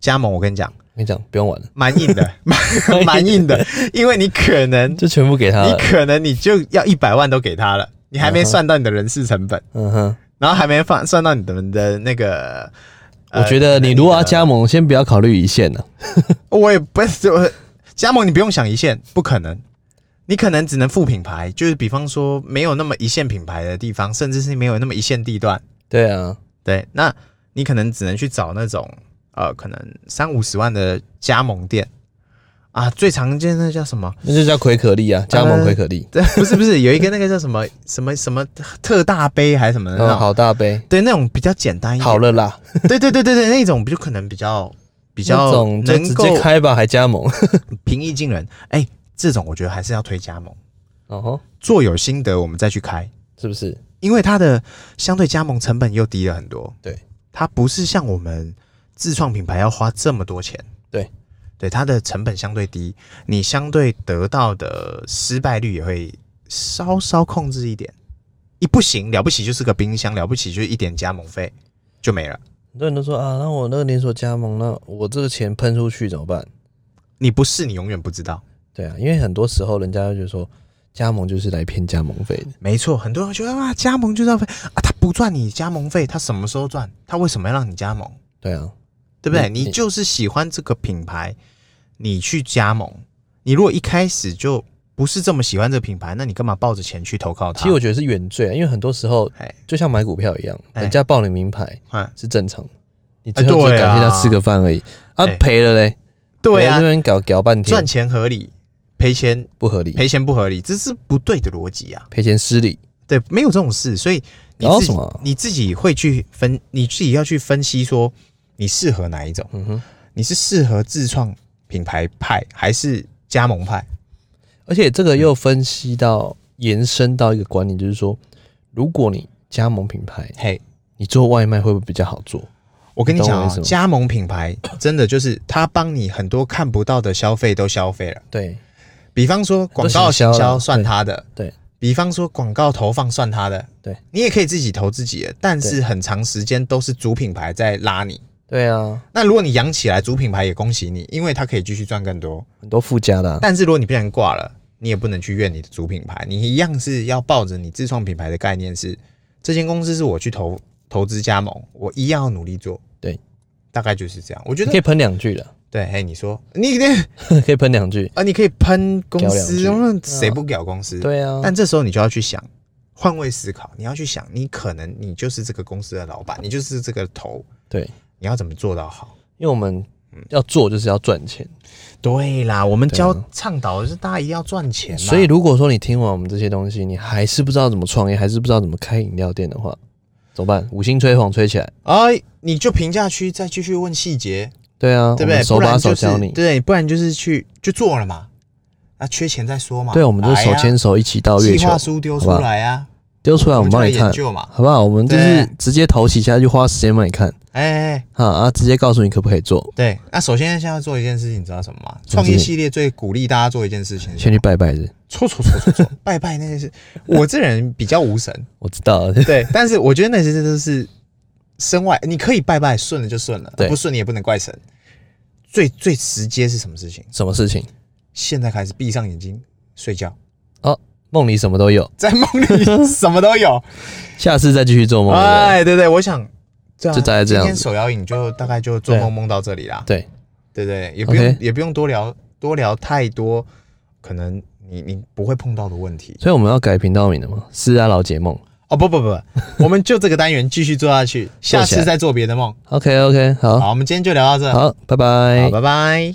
B: 加盟我跟你讲，
A: 我跟你讲，不用玩了，
B: 蛮硬 的， 蛮蛮硬的，因为你可能
A: 就全部给他
B: 哎你
A: 了。
B: 可能你就要一百万都给他了，你还没算到你的人事成本，
A: 嗯哼，
B: 然后还没放算到你的的那个。呃
A: 我觉得你如果要，加盟，先不要考虑一线啊了。
B: 的我也不是我加盟，你不用想一线，不可能。你可能只能副品牌，就是比方说没有那么一线品牌的地方，甚至是没有那么一线地段，
A: 对啊，
B: 对，那你可能只能去找那种呃，可能三五十万的加盟店啊，最常见的叫什么？
A: 那就叫奎可力
B: 嗯
A: 啊，加盟奎可力。
B: 对，不是不是，有一个那个叫什么什么什么特大杯还是什么的那
A: 嗯，
B: 种，
A: 好大杯，
B: 对，那种比较简单一点。
A: 好，了啦，
B: 对对对对对，那种就可能比较
A: 比
B: 比较
A: 总就
B: 能
A: 直
B: 够
A: 接开吧，还加 盟。
B: 平易近人。哎，这种我觉得还是要推加盟，
A: 哦吼，
B: 做有心得我们再去开，
A: 是不是？
B: 因为它的相对加盟成本又低了很多。
A: 对，
B: 它不是像我们自创品牌要花这么多钱。
A: 对，
B: 对，它的成本相对低，你相对得到的失败率也会稍稍控制一点。一不行，了不起就是个冰箱，了不起就是一点加盟费就没了。
A: 很多人都说啊，那我那个连锁加盟，那我这个钱喷出去怎么办？
B: 你不试，你永远不知道。
A: 对啊，因为很多时候人家就觉得说，加盟就是来骗加盟费的。
B: 没错，很多人觉得哇，加盟就是要费啊，他不赚你加盟费，他什么时候赚？他为什么要让你加盟？
A: 对啊，
B: 对不对？
A: 嗯
B: 你
A: 嗯
B: 就是喜欢这个品牌，你去加盟。你如果一开始就不是这么喜欢这个品牌，那你干嘛抱着钱去投靠它？
A: 其实我觉得是原罪啊，因为很多时候
B: 哎，
A: 就像买股票一样，
B: 哎
A: 人家报你名牌
B: 哎
A: 是正常的，你最后只
B: 哎对
A: 感
B: 啊
A: 谢他吃个饭而已，啊
B: 哎
A: 赔了嘞，
B: 对
A: 赔了
B: 啊
A: 这，边搞搞半天
B: 赚钱合理，赔钱
A: 不合理，
B: 赔钱不合理，这是不对的逻辑啊。
A: 赔钱失礼，
B: 对，没有这种事，所以你
A: 搞
B: 自
A: 什
B: 己
A: 么啊
B: 你自己会去分，你自己要去分析说你适合哪一种，
A: 嗯哼，
B: 你是适合自创品牌派还是加盟派？
A: 而且这个
B: 嗯
A: 又分析到延伸到一个观念，就是说，如果你加盟品牌，
B: 嘿，
A: 你做外卖会不会比较好做？
B: 我跟你
A: 你懂
B: 讲
A: 我意
B: 啊
A: 思，吗
B: 加盟品牌真的就是它帮你很多看不到的消费都消费了。
A: 对
B: 比方说广告
A: 都行销
B: 行
A: 了
B: 销算它的，
A: 对，
B: 比方说广告投放算他的，
A: 对
B: 你也可以自己投自己的，但是
A: 对
B: 很长时间都是主品牌在拉你。
A: 对啊，
B: 那如果你养起来，主品牌也恭喜你，因为它可以继续赚更多。
A: 很多附加的啊、
B: 但是如果你不小心挂了，你也不能去怨你的主品牌，你一样是要抱着你自创品牌的概念是，这间公司是我去投投资加盟，我一样要努力做。
A: 对，
B: 大概就是这样。我觉
A: 你可
B: 得
A: 以喷两句的，
B: 对，嘿，你说你 你
A: 可以喷两句。
B: 啊，你可以喷公司，
A: 屌
B: 那谁不屌公司？
A: 嗯对啊，
B: 但这时候你就要去想，换位思考，你要去想，你可能你就是这个公司的老板，你就是这个头，
A: 对，
B: 你要怎么做到好？
A: 因为我们
B: 嗯
A: 要做就是要赚钱，
B: 对啦，我们
A: 对啊
B: 教倡导的是大家一定要赚钱啦，
A: 所以如果说你听完我们这些东西，你还是不知道怎么创业，还是不知道怎么开饮料店的话，怎么办？五星吹捧吹起来，
B: 哎、你就评价区再继续问细节，
A: 对啊，我
B: 对不
A: 们
B: 对？
A: 手
B: 不然
A: 把
B: 就
A: 手
B: 是
A: 教你，
B: 对，不然就是去就做了嘛，啊，缺钱再说嘛，
A: 对，我们就是手牵手一起到
B: 到
A: 月
B: 啊计
A: 球，
B: 划书丢
A: 好
B: 出
A: 不好
B: 来啊，
A: 丢出来我们
B: 就
A: 帮
B: 来
A: 你看
B: 研，究嘛，
A: 好不好？我们就是
B: 对
A: 直接投起下去，花时间帮你看，
B: 哎、哎哎
A: 啊啊，直接告诉你可不可以做，
B: 对，那首先现在做一件事情，你知道什么吗？
A: 什么
B: 创
A: 事情
B: 业系列最鼓励大家做一件事情是什
A: 先
B: 么，
A: 去拜拜的，
B: 搓搓搓搓搓， 拜拜那件事。我这人比较 无神，
A: 我知道了，
B: 对，但是我觉得那些都是身外，你可以拜拜，顺了就顺了，
A: 对
B: 不顺你也不能怪神。最最直接是什么事情？
A: 什么事情？
B: 现在开始闭上眼睛睡觉，
A: 梦里什么都有，
B: 在梦里什么都有。
A: 下次再继续 做梦。对不对
B: 哎，对对，我想。就
A: 就大概这样
B: 今天
A: 子
B: 手摇影就大概就做
A: 对
B: 梦梦到这里啦。
A: 对，
B: 对对，也不用
A: OK
B: 也不用多聊多聊太多，可能你你不会碰到的问题。
A: 所以我们要改频道名了吗？是啊，老解梦。
B: 哦不不不，我们就这个单元继续做下去，下
A: 做起
B: 次
A: 来
B: 再做别的梦。
A: OK OK，好，
B: 好，我们今天就聊到这，
A: 好，拜拜。
B: 好，拜拜。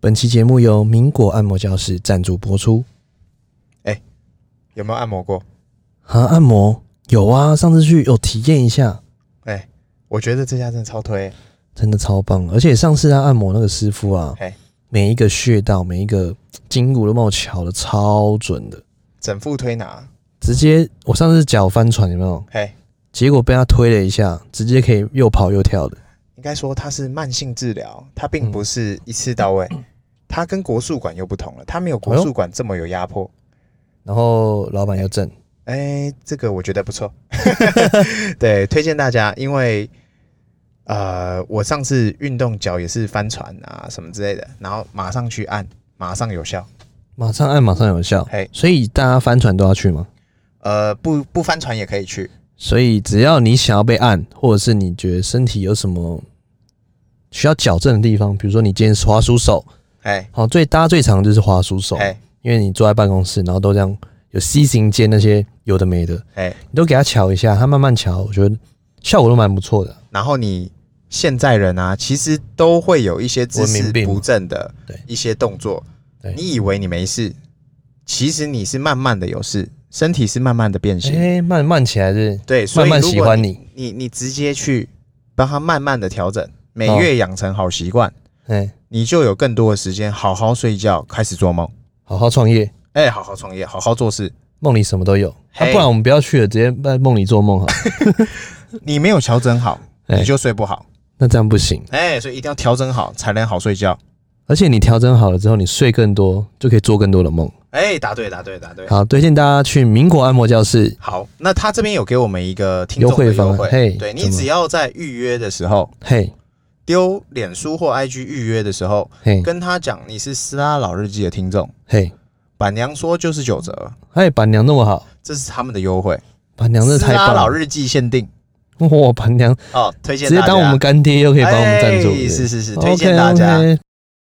A: 本期节目由民国按摩教室赞助播出。
B: 有没有按摩过？
A: 啊，按摩有啊，上次去有体验一下，
B: 哎，我觉得这家真的超推。
A: 真的超棒。而且上次他按摩那个师傅啊
B: 嘿，
A: 每一个穴道、每一个筋骨都帮我瞧的超准的，
B: 整副推拿，哎
A: 直接我上次脚翻船有没有？
B: 嘿，
A: 结果被他推了一下，直接可以又跑又跳的。
B: 应该说它是慢性治疗，它并
A: 嗯
B: 不是一次到位。它跟国术馆又不同了，它没有国
A: 哎呦
B: 术馆这么有压迫。
A: 然后老板又正，
B: 哎，这个我觉得 不错，对，推荐大家，因为呃，我上次运动脚也是翻船啊什么之类的，然后马上去按，马上有效。
A: 马上按，马上有效
B: 嘿。
A: 所以大家翻船都要去吗？
B: 呃，不不翻船也可以去，
A: 所以只要你想要被按，或者是你觉得身体有什么需要矫正的地方，比如说你今天是滑鼠手，
B: 哎
A: 好，最搭最长的就是滑鼠手，
B: 哎
A: 因为你坐在办公室，然后都这样有 C 型肩那些有的没的，
B: 哎，
A: 你都给他瞧一下，他慢慢瞧，我觉得效果都蛮不错的。
B: 然后你现在人啊，其实都会有一些姿
A: 文
B: 势
A: 明病嘛
B: 不正的
A: 对
B: 一些动作
A: 对，
B: 你以为你没事，其实你是慢慢的有事，身体是慢慢的变形。
A: 哎、慢慢起来是
B: 对，所
A: 慢
B: 以
A: 慢
B: 如
A: 喜
B: 果
A: 欢你，
B: 你你直接去帮他慢慢的调整，每月养成好习惯，
A: 哎、
B: 你就有更多的时间好好睡觉，开始做梦，
A: 好好创业，
B: 哎、好好创业，好好做事。
A: 梦里什么都有。啊
B: 嘿，
A: 不然我们不要去了，直接在梦里做梦好了，
B: 你没有调整好，
A: 哎
B: 你就睡不好，
A: 那这样不行。
B: 哎、所以一定要调整好才能好睡觉。
A: 而且你调整好了之后，你睡更多，就可以做更多的梦。
B: 哎、答对，答对，答对。
A: 好，推荐大家去民国按摩教室。
B: 好，那他这边有给我们一个听众
A: 优惠
B: 的优
A: 方
B: 惠
A: 案，嘿
B: 对你
A: 怎么
B: 只要在预约的时候
A: 嘿，
B: 丢脸书或 IG 预约的时候，
A: 嘿，
B: 跟他讲你是斯拉老日记的听众，
A: 嘿，
B: 板娘说就是九折，
A: 哎，板娘那么好，
B: 这是他们的优惠。
A: 板娘这
B: 斯
A: 太
B: 拉
A: 棒
B: 啊老
A: 了，
B: 日记限定
A: 哇，板娘
B: 哦，推荐
A: 直接
B: 大
A: 当我
B: 家
A: 们干爹，又可以帮我们赞助，
B: 哎是是是推荐大
A: OK，OK
B: 家